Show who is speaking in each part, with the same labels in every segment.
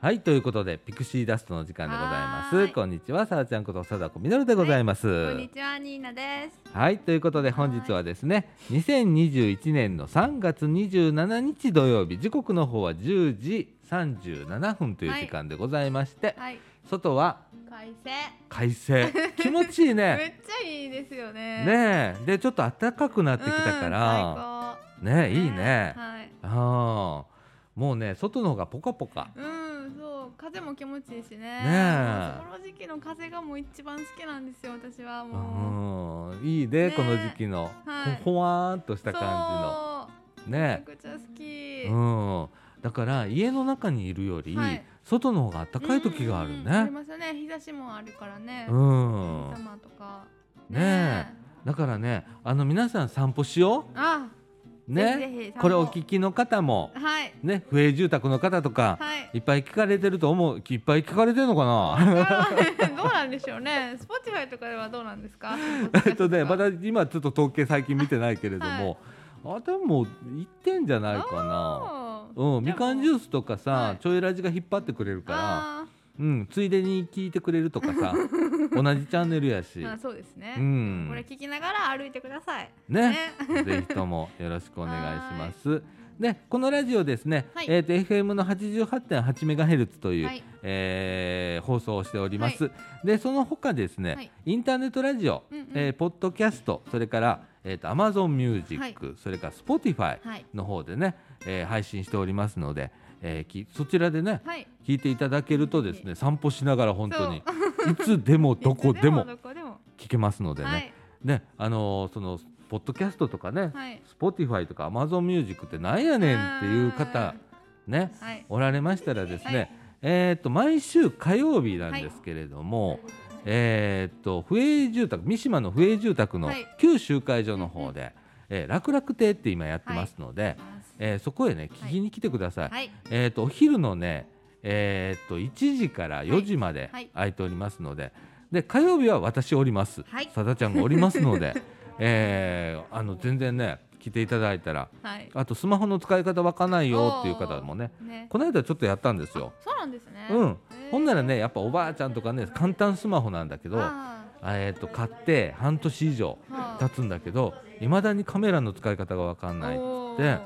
Speaker 1: はいということでピクシーダストの時間でございま
Speaker 2: はー
Speaker 1: す
Speaker 2: い
Speaker 1: こんにちはさらちゃんこと貞子みのるでございます、
Speaker 2: こんにちは、ニーナです。
Speaker 1: はいということで本日はですね2021年の3月27日土曜日時刻の方は10時37分という時間でございまして、
Speaker 2: はい、
Speaker 1: 外は
Speaker 2: 快晴。
Speaker 1: 快晴気持ちいい
Speaker 2: め
Speaker 1: ね
Speaker 2: っちゃいいですよ
Speaker 1: ね
Speaker 2: ね。
Speaker 1: えでちょっと暖かくなってきたから、ね
Speaker 2: うん、最高。
Speaker 1: えいいね、
Speaker 2: はい。
Speaker 1: あーもうね外の方がポカポカ
Speaker 2: うん、そう、風も気持ちいいしね。ね
Speaker 1: え
Speaker 2: この時期の風がもう一番好きなんですよ、私は
Speaker 1: う
Speaker 2: も
Speaker 1: ん
Speaker 2: う。
Speaker 1: いいね
Speaker 2: ね
Speaker 1: この時期の、
Speaker 2: はい
Speaker 1: ほほわーんとした感じの
Speaker 2: そう。めち
Speaker 1: ね
Speaker 2: ゃくちゃ好き。
Speaker 1: うんだから家の中にいるより、
Speaker 2: はい
Speaker 1: 外の方が暖かい時がある
Speaker 2: うんあ
Speaker 1: ね
Speaker 2: りますね、日差しもあるからね。
Speaker 1: う
Speaker 2: お
Speaker 1: ん、
Speaker 2: 日様とか。
Speaker 1: ねえだからねあの皆さん散歩しよ
Speaker 2: え。あ、
Speaker 1: うね
Speaker 2: ぜひぜひ
Speaker 1: これお聞きの方も
Speaker 2: はい。
Speaker 1: ね不営住宅の方とか、
Speaker 2: はい。
Speaker 1: いっぱい聞かれてると思ういっぱい聞かれてるのかな
Speaker 2: どうなんでしょうね。Spotify とかではどうなんですか。
Speaker 1: えっとねまだ今ちょっと統計最近見てないけれども、あでもいってんじゃないかな
Speaker 2: あー
Speaker 1: うん、
Speaker 2: じゃ
Speaker 1: み
Speaker 2: あ
Speaker 1: かんジュースとかさ、
Speaker 2: はい
Speaker 1: ちょいラジが引っ張ってくれるか
Speaker 2: あ
Speaker 1: ら、うん、ついでに聞いてくれるとか さ同じチャンネルやし
Speaker 2: ー、まあそうですね。
Speaker 1: うん
Speaker 2: これ聞きながら歩いてください。
Speaker 1: ねぜひともよろしくお願いします。でこのラジオですね、
Speaker 2: はい
Speaker 1: えーと FM の 88.8MHz という、
Speaker 2: はい
Speaker 1: えー放送をしております、でその他ですね、
Speaker 2: はい
Speaker 1: インターネットラジオ、
Speaker 2: うんうん
Speaker 1: えーポッドキャストそれから、えー、と AmazonMusic、
Speaker 2: はい
Speaker 1: それから Spotify
Speaker 2: はい
Speaker 1: の方でね、えー配信しておりますので、えーきそちらでね
Speaker 2: はい。
Speaker 1: 聞いていただけるとですね散歩しながら本当にい
Speaker 2: そ
Speaker 1: つでもどこで
Speaker 2: い
Speaker 1: も
Speaker 2: つどこでも。
Speaker 1: 聞けますのでね、
Speaker 2: はい
Speaker 1: ねあのーそのポッドキャストとかね、
Speaker 2: はい。
Speaker 1: Spotify とか AmazonMusic ってなんやねんっていう方ね
Speaker 2: はい
Speaker 1: おられましたらですね、
Speaker 2: はい
Speaker 1: えー、と毎週火曜日なんですけれども、えー、と不営住宅三島の不営住宅の
Speaker 2: はい
Speaker 1: 旧集会所の方で、えー楽々亭って今やってますので、えーそこへね聞きに来てください。
Speaker 2: はい。
Speaker 1: えー、とお昼のねえー、と1時から4時まで
Speaker 2: はい
Speaker 1: 空いておりますので,、で火曜日は私おります、
Speaker 2: はい
Speaker 1: さだちゃんがおりますの で、えーあの全然ね来ていただいたら
Speaker 2: はい。
Speaker 1: あとスマホの使い方わかんないよっていう方もね
Speaker 2: ね。
Speaker 1: この間ちょっとやったんですよ。
Speaker 2: そうなんですね。
Speaker 1: うん、
Speaker 2: へー
Speaker 1: ほんならね。やっぱおばあちゃんとかね簡単スマホなんだけど
Speaker 2: あ
Speaker 1: あえー、と買って半年以上
Speaker 2: はあ
Speaker 1: 経つんだけどいまだにカメラの使い方がわかん
Speaker 2: ー
Speaker 1: ない
Speaker 2: おー
Speaker 1: で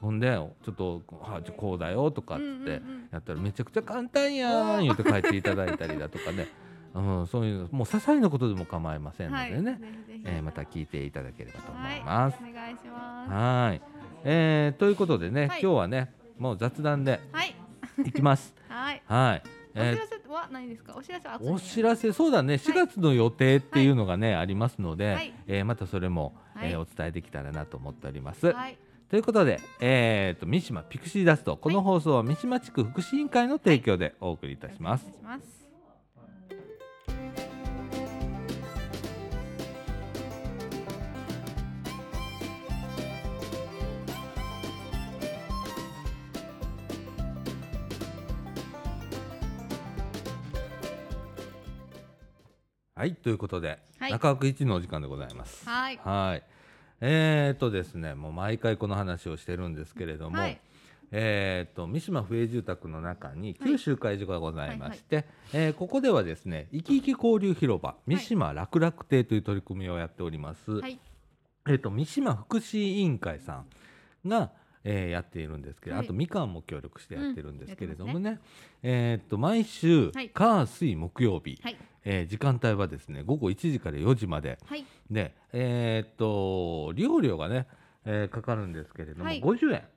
Speaker 1: ほんでちょっとあじゃあこうだよとかっ
Speaker 2: うんうんう
Speaker 1: て
Speaker 2: ん
Speaker 1: やったらめちゃくちゃ簡単やん言って書いていただいたりだとかね、 うん、そういうもう些細なことでも構いませんの
Speaker 2: はい。
Speaker 1: でね、
Speaker 2: ぜひぜひ
Speaker 1: えーまた聞いていただければと思います。
Speaker 2: はい。お願いします。
Speaker 1: はいえーということでね、
Speaker 2: はい
Speaker 1: 今日はねもう雑談で
Speaker 2: はい。
Speaker 1: いきます。
Speaker 2: はい。
Speaker 1: はい、
Speaker 2: お知
Speaker 1: えー
Speaker 2: らせはないですか。お知らせは後にや
Speaker 1: お
Speaker 2: る。
Speaker 1: 知らせそうだね4月の予定っていうのがね、ありますので、
Speaker 2: はい
Speaker 1: えーまたそれも、
Speaker 2: はい
Speaker 1: えーお伝えできたらなと思っております。
Speaker 2: はい。
Speaker 1: ということで、えー、と三島ピクシーダストこの放送は三島地区福祉委員会の提供でお送りいたします
Speaker 2: お。願いします。
Speaker 1: はいということで、
Speaker 2: はい
Speaker 1: 中枠一のお時間でございます。
Speaker 2: はい。
Speaker 1: はいえー、とですねもう毎回この話をしてるんですけれども、
Speaker 2: はい
Speaker 1: えー、と三島不営住宅の中に九州会所がございまして、えーここではですねいきいき交流広場三島楽々亭という取り組みをやっております、
Speaker 2: はい。
Speaker 1: えー、と三島福祉委員会さんが、えーやっているんですけど、
Speaker 2: はい
Speaker 1: あとみかんも協力してやってるんですけれども
Speaker 2: う
Speaker 1: ね,、えー、と毎週
Speaker 2: はい
Speaker 1: 火水木曜日、
Speaker 2: はい。
Speaker 1: えー時間帯はですね午後1時から4時まで
Speaker 2: はい。
Speaker 1: で、えーっと利用料がね、えーかかるんですけれども、
Speaker 2: はい
Speaker 1: 50円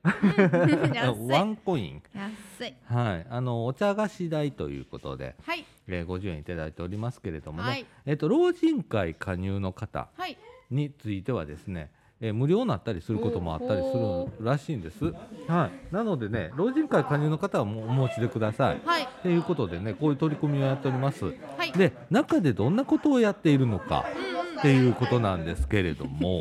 Speaker 1: ワ
Speaker 2: 安い。
Speaker 1: ンコイン、
Speaker 2: 安い。
Speaker 1: はい、あのお茶菓子代ということで、
Speaker 2: はい。
Speaker 1: えー50円いただいておりますけれどもね、
Speaker 2: はい
Speaker 1: えーっと老人会加入の方
Speaker 2: はい。
Speaker 1: についてはですね、えー無料になったりすることもあったりするらしいんです、はい、なのでね老人会加入の方はもうお持ちでください。
Speaker 2: はい。
Speaker 1: ということでねこういう取り組みをやっております。
Speaker 2: はい。
Speaker 1: で中でどんなことをやっているのかっていうことなんですけれど も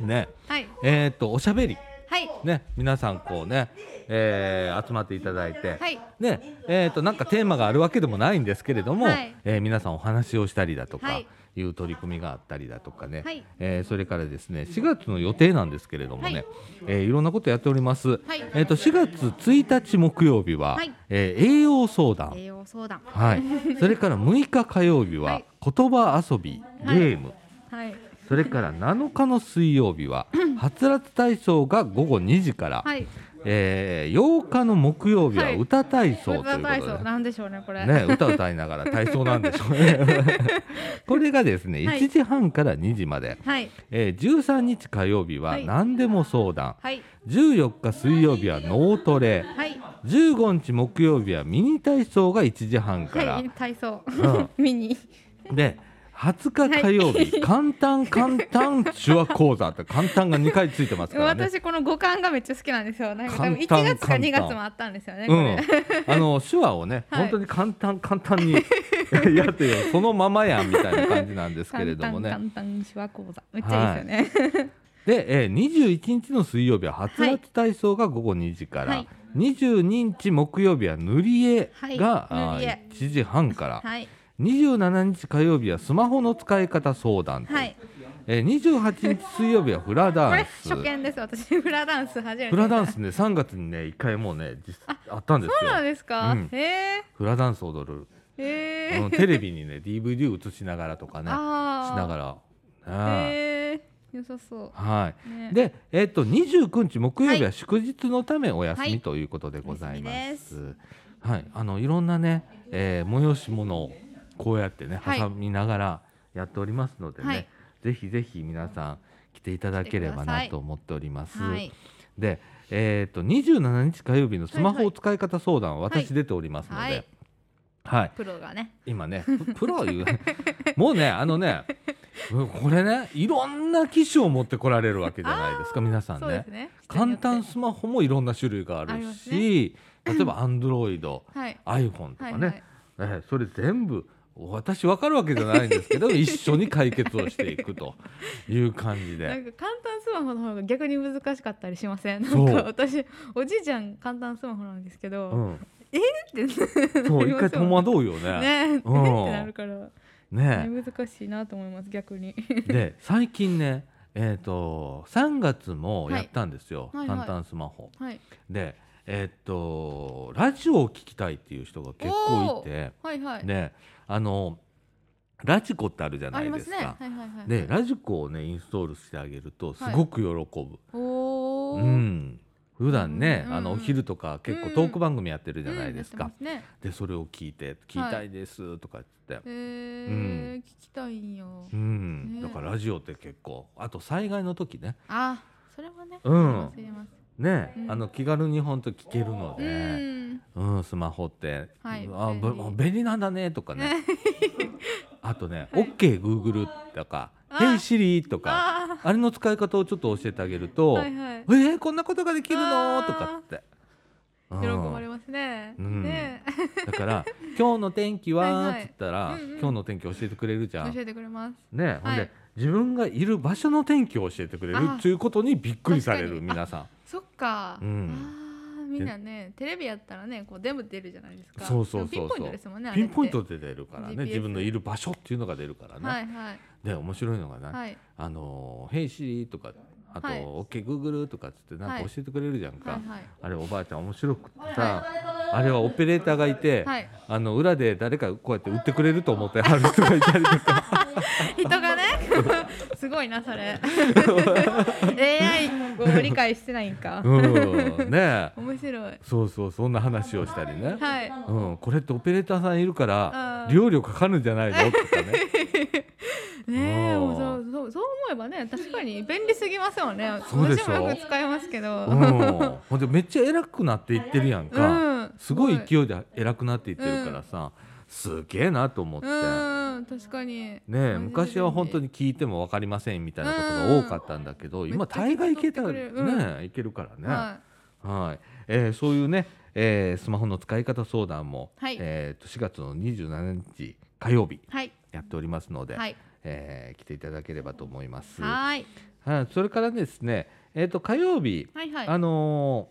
Speaker 1: ね
Speaker 2: はい。
Speaker 1: えーっとおしゃべり
Speaker 2: はい。
Speaker 1: ね皆さんこうねえー集まっていただいて、
Speaker 2: はい
Speaker 1: で、えー、となんかテーマがあるわけでもないんですけれども、
Speaker 2: はい
Speaker 1: えー皆さんお話をしたりだとか、
Speaker 2: はいい、
Speaker 1: う取り組みがあったりだとかね、
Speaker 2: はい
Speaker 1: えーそれからですね4月の予定なんですけれどもね、
Speaker 2: はいい
Speaker 1: えーいろんなことやっております、
Speaker 2: い
Speaker 1: えー、と4月1日木曜日は、
Speaker 2: はい
Speaker 1: えー栄養相談、
Speaker 2: 栄養相談
Speaker 1: はい、それから6日火曜日は、
Speaker 2: はい
Speaker 1: 言葉遊びゲ
Speaker 2: はい
Speaker 1: ーム、
Speaker 2: はい
Speaker 1: それから7日の水曜日 ははつらつ体操が午後2時から、
Speaker 2: はい
Speaker 1: えー8日の木曜日は
Speaker 2: はい
Speaker 1: 歌体操という
Speaker 2: 歌体
Speaker 1: こと
Speaker 2: 操
Speaker 1: で、
Speaker 2: なんでしょうねこれ
Speaker 1: ね、歌歌いながら体操なんでしょう ね。これがですね、
Speaker 2: はい
Speaker 1: 1時半から2時まで、
Speaker 2: はい
Speaker 1: えー13日火曜日は
Speaker 2: はい
Speaker 1: 何でも相談、
Speaker 2: はい
Speaker 1: 14日水曜日は脳トレ、
Speaker 2: はい
Speaker 1: 15日木曜日はミニ体操が1時半から、
Speaker 2: はい体操
Speaker 1: う
Speaker 2: ミニ
Speaker 1: で20日火曜日、簡単簡単手話講座って簡単が2回ついてますからね。
Speaker 2: 私この五感がめっちゃ好きなんですよなんか多分
Speaker 1: 簡単
Speaker 2: 1月か
Speaker 1: 簡単
Speaker 2: 2月もあったんですよねこ
Speaker 1: う
Speaker 2: れ、
Speaker 1: ん、あの手話をね、
Speaker 2: はい
Speaker 1: 本当に簡単簡単に やってよそのままやんみたいな感じなんですけれどもね。
Speaker 2: 簡単簡単手話講座めっちゃいいですよね、
Speaker 1: で、えー、21日の水曜日ははつらつ体操が午後2時から、
Speaker 2: はい
Speaker 1: 22日木曜日は塗り絵が、
Speaker 2: はい塗り絵
Speaker 1: あー1時半から、
Speaker 2: はい
Speaker 1: 27日火曜日はスマホの使い方相談と、
Speaker 2: はい
Speaker 1: えー、28日水曜日はフラ
Speaker 2: こ
Speaker 1: ダ
Speaker 2: れ
Speaker 1: ンス。
Speaker 2: 初見です私フラダンス初めて
Speaker 1: フラダンスね3月にね1回もうね実あったんです
Speaker 2: そうなん
Speaker 1: よ。
Speaker 2: ですか、
Speaker 1: うん
Speaker 2: へ
Speaker 1: フラダンス踊る、
Speaker 2: えへえ
Speaker 1: うん、テレビにね DVD 映しながらとかね。し
Speaker 2: あ
Speaker 1: な
Speaker 2: ら
Speaker 1: がら。ね
Speaker 2: へえ良さそ
Speaker 1: は
Speaker 2: う、ね
Speaker 1: い。で、えっと29日木曜日
Speaker 2: は
Speaker 1: は祝日のためお休
Speaker 2: は
Speaker 1: み
Speaker 2: い
Speaker 1: ということでございま。
Speaker 2: お休みです
Speaker 1: はい、あのいろんなね、えー、催し物をこうやってね
Speaker 2: はい
Speaker 1: 挟みながらやっておりますのでね、
Speaker 2: はい
Speaker 1: ぜひぜひ皆さん来ていただければ
Speaker 2: 来てくださ
Speaker 1: ないと思っております。
Speaker 2: はい
Speaker 1: で、えっと27日火曜日のスマホ使い方相談、
Speaker 2: はいはい
Speaker 1: 私出ておりますので、
Speaker 2: はい
Speaker 1: はい、
Speaker 2: プロがね
Speaker 1: 今ねププロいうもうねあのねこれねいろんな機種を持ってこられるわけじゃないですか皆さん
Speaker 2: そうで
Speaker 1: ね
Speaker 2: すね人によ
Speaker 1: 簡
Speaker 2: って
Speaker 1: 単スマホもいろんな種類がある
Speaker 2: あります
Speaker 1: し、例えば Android、
Speaker 2: はい
Speaker 1: iPhone とか
Speaker 2: はい
Speaker 1: ね、
Speaker 2: はい
Speaker 1: えーそれ全部私分かるわけじゃないんですけ ど一緒に解決をしていくという感じ
Speaker 2: な
Speaker 1: で
Speaker 2: んか簡単スマホの方が逆に難しかったりしませんな
Speaker 1: そうん
Speaker 2: か私おじいちゃん簡単スマホなんですけど、
Speaker 1: うん、
Speaker 2: えって
Speaker 1: そう一回戸惑うよ
Speaker 2: ね
Speaker 1: ね。
Speaker 2: ね って
Speaker 1: うん
Speaker 2: なるから、ね、
Speaker 1: ね
Speaker 2: 難しいなと思います逆に
Speaker 1: で最近ねえっ、と3月もやったんですよ、
Speaker 2: はいはいはい
Speaker 1: 簡単スマホ。
Speaker 2: はい
Speaker 1: でえーっとラジオを聞きたいっていう人が結構いて、
Speaker 2: はいはい
Speaker 1: であのラジコってあるじゃ
Speaker 2: あ
Speaker 1: な
Speaker 2: り
Speaker 1: い
Speaker 2: ま
Speaker 1: ですす
Speaker 2: ねは
Speaker 1: か。
Speaker 2: いはいはい
Speaker 1: でラジコをねインストールしてあげるとす
Speaker 2: はい
Speaker 1: ごく喜ぶ。
Speaker 2: おお、
Speaker 1: うん普段ね、
Speaker 2: うん
Speaker 1: あのお昼とか結構
Speaker 2: うん
Speaker 1: トーク番組やってるじゃないですか、
Speaker 2: うんやってますね
Speaker 1: でそれを聞いて「聞きたいです」とか言って、
Speaker 2: えー
Speaker 1: うん
Speaker 2: 聞きたいんよ、
Speaker 1: うん
Speaker 2: ね
Speaker 1: だからラジオって結構あと災害の時ね
Speaker 2: あそれはね、
Speaker 1: うん
Speaker 2: 忘れます
Speaker 1: ね、
Speaker 2: うん
Speaker 1: あの気軽にほんと聞けるので、
Speaker 2: うん
Speaker 1: うん、スマホって、
Speaker 2: はい
Speaker 1: あ
Speaker 2: 便
Speaker 1: ぶ
Speaker 2: 利
Speaker 1: あ便利なんだねとか ねあとね「
Speaker 2: はい
Speaker 1: OKGoogle、とか「
Speaker 2: あ
Speaker 1: Hey Siri」とか
Speaker 2: あ
Speaker 1: あれの使い方をちょっと教えてあげる
Speaker 2: あ
Speaker 1: と「
Speaker 2: はいはい
Speaker 1: えー、こんなことができるの?」
Speaker 2: あー
Speaker 1: とかって。うん
Speaker 2: 喜ばれますね、
Speaker 1: うん
Speaker 2: ね
Speaker 1: だから「今日の天気は?」
Speaker 2: はいは
Speaker 1: っ
Speaker 2: い
Speaker 1: つったら、
Speaker 2: うんうん
Speaker 1: 今日の天気教えてくれるじゃん。
Speaker 2: 教えてくれます
Speaker 1: ね、ほんで、
Speaker 2: はい
Speaker 1: 自分がいる場所の天気を教えてくれる
Speaker 2: あー
Speaker 1: ということにびっくりされる
Speaker 2: 確かにあ
Speaker 1: 皆さ
Speaker 2: そっか、
Speaker 1: うん
Speaker 2: あーみんなねテレビやったらねこう全部出るじゃないですか
Speaker 1: そうそうそうそう
Speaker 2: でもピンポイントですもんね
Speaker 1: ん
Speaker 2: あ
Speaker 1: ピ
Speaker 2: れっ
Speaker 1: ン
Speaker 2: て
Speaker 1: ポイントで出るからね
Speaker 2: GPS
Speaker 1: 自分のいる場所っていうのが出るからね。
Speaker 2: はいはい
Speaker 1: で面白いのがね、
Speaker 2: はい
Speaker 1: あの「ヘイシリ」とかあと「
Speaker 2: はい
Speaker 1: OKGoogle」とかっつってなん
Speaker 2: は
Speaker 1: か
Speaker 2: い
Speaker 1: 教えてくれるじゃんか、
Speaker 2: はいはい
Speaker 1: あれおばあちゃん面白くてさ、あれはオペレーターがいて、
Speaker 2: はい
Speaker 1: あの裏で誰かこうやって売ってくれると思ってはる人がいたり とか
Speaker 2: 人がね すごいな それ AI を理解してないんか、
Speaker 1: うんねえ
Speaker 2: 面白い
Speaker 1: そうそうそんな話をしたりね、
Speaker 2: はい
Speaker 1: うん、これってオペレーターさんいるから
Speaker 2: うん
Speaker 1: 料料かかるんじゃないのとかね
Speaker 2: ねえ
Speaker 1: うん
Speaker 2: もうそうそうそう思えばね確かに便利すぎますよね
Speaker 1: そうでしょ
Speaker 2: 私もよく使いますけど、
Speaker 1: う
Speaker 2: うん
Speaker 1: んほんでめっちゃ偉くなっていってるやんか、すごい勢いで偉くなっていってるからさ、すげえなと思って。
Speaker 2: うん確かに
Speaker 1: ねえ昔は本当
Speaker 2: に
Speaker 1: に聞いても分かりませんみたいなことが多かったんだけど、
Speaker 2: ん
Speaker 1: 今大概いけたら
Speaker 2: め
Speaker 1: ね
Speaker 2: っちゃ聞いてくれるうん
Speaker 1: えいけるからね、は
Speaker 2: はい
Speaker 1: えーそういうね、えースマホの使い方相談も、
Speaker 2: はい
Speaker 1: えーと4月の27日火曜日
Speaker 2: いはい
Speaker 1: やっておりますので、
Speaker 2: はい
Speaker 1: えー来ていただければと思います。
Speaker 2: はい
Speaker 1: はい、それからですね、えー、と火曜日、
Speaker 2: はいはい
Speaker 1: あの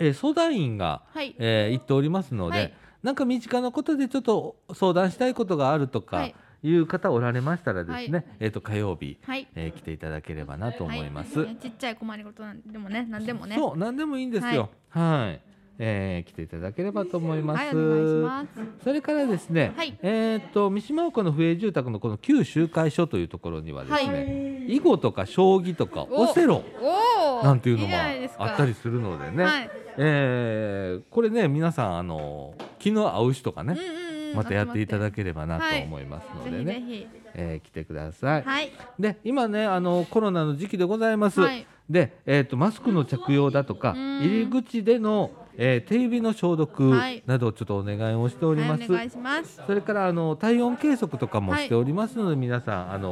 Speaker 1: ーえー相談員が、
Speaker 2: はい。
Speaker 1: えー言っておりますので、
Speaker 2: はい
Speaker 1: なんか身近なことでちょっと相談したいことがあると
Speaker 2: は
Speaker 1: か
Speaker 2: い
Speaker 1: いう方おられましたらですね、
Speaker 2: はい
Speaker 1: えー、と火曜日、
Speaker 2: はい。
Speaker 1: えー来ていただければなと思います。
Speaker 2: はねちっちゃい困りごとなんでもね、なんでもね。
Speaker 1: そう何でもいいんですよ。はい、えー来ていただければと思います。
Speaker 2: はい、お願いします。
Speaker 1: それからですね、
Speaker 2: はい
Speaker 1: えーっと三島岡の不営住宅のこの旧集会所というところにはですね、囲碁とか将棋とか
Speaker 2: お
Speaker 1: オセロ
Speaker 2: おお。
Speaker 1: なんていうの
Speaker 2: じゃ
Speaker 1: が
Speaker 2: ないですか
Speaker 1: あったりするのでね、
Speaker 2: はい。
Speaker 1: えーこれね皆さんあの気の合う人が
Speaker 2: う
Speaker 1: ね
Speaker 2: ん、うんうん。
Speaker 1: またやっていただければなと
Speaker 2: はい
Speaker 1: 思いますの
Speaker 2: ぜ
Speaker 1: で
Speaker 2: ひ
Speaker 1: ね、
Speaker 2: ぜひ。
Speaker 1: えー来てください。
Speaker 2: はい。
Speaker 1: で今ねあのコロナの時期でございます、
Speaker 2: はい
Speaker 1: で、えー、とマスクの着用だとか
Speaker 2: うん
Speaker 1: 入り口での、えー手指の消毒
Speaker 2: はい
Speaker 1: などをちょっとお願いをしておりま
Speaker 2: はい、お
Speaker 1: す、
Speaker 2: 願いします。
Speaker 1: それからあの体温計測とかも
Speaker 2: はい
Speaker 1: しておりますので、皆さんあの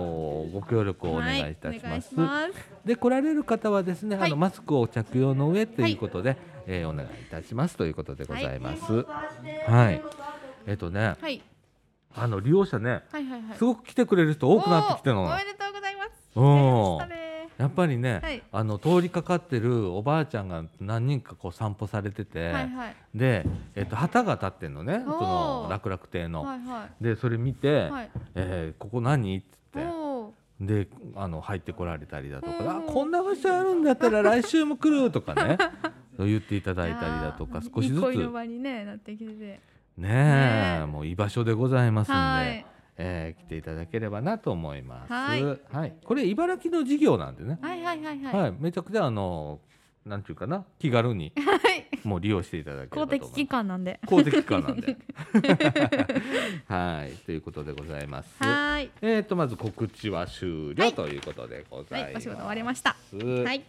Speaker 1: ご協力をお願いいたしま
Speaker 2: は
Speaker 1: す。
Speaker 2: お願いします
Speaker 1: で来られる方はですね、
Speaker 2: はい
Speaker 1: あのマスクを着用の上ということで、えーお願いいたしますということでございます。はい。えっ、とね、
Speaker 2: はい。
Speaker 1: あの利用者ね、
Speaker 2: はいはいはい。
Speaker 1: すごく来てくれる人多くなってきてる
Speaker 2: お
Speaker 1: の
Speaker 2: ーお。めでとうございます。
Speaker 1: うん
Speaker 2: やりましたね
Speaker 1: やっぱりね、
Speaker 2: はい
Speaker 1: あの通りかかってるおばあちゃんが何人かこう散歩されてて、
Speaker 2: はいはい。
Speaker 1: で、えっと旗が立ってんのね、そ
Speaker 2: おー
Speaker 1: の楽々亭の。
Speaker 2: はいは
Speaker 1: でそれ見て、
Speaker 2: い。はい。
Speaker 1: えーここ何?」っつって
Speaker 2: おお。
Speaker 1: であの入ってこられたりだとか「
Speaker 2: うん
Speaker 1: あこんな場所あるんだ ったら来週も来る」とかねそう言っていただいたりだとか
Speaker 2: いやー
Speaker 1: 少しずつ
Speaker 2: 憩いの場にね、なってきてて。
Speaker 1: ね
Speaker 2: ね
Speaker 1: えもう居場所でございますんで、
Speaker 2: はい
Speaker 1: えー来ていただければなと思います。
Speaker 2: はい
Speaker 1: これ茨城の事業なんでね、
Speaker 2: はいはいはい
Speaker 1: はい
Speaker 2: はい。
Speaker 1: めちゃくちゃあのなんていうかな気軽に
Speaker 2: はい。
Speaker 1: もう利用していただければ
Speaker 2: 公
Speaker 1: と
Speaker 2: 的
Speaker 1: 思い
Speaker 2: 機
Speaker 1: ます。
Speaker 2: 関なんで。
Speaker 1: 公的機関 なんで。はいということでございます。
Speaker 2: はーい。
Speaker 1: えー、とまず告知は終
Speaker 2: は
Speaker 1: 了
Speaker 2: い
Speaker 1: ということでございます。
Speaker 2: はい、お仕事終わりました。はい。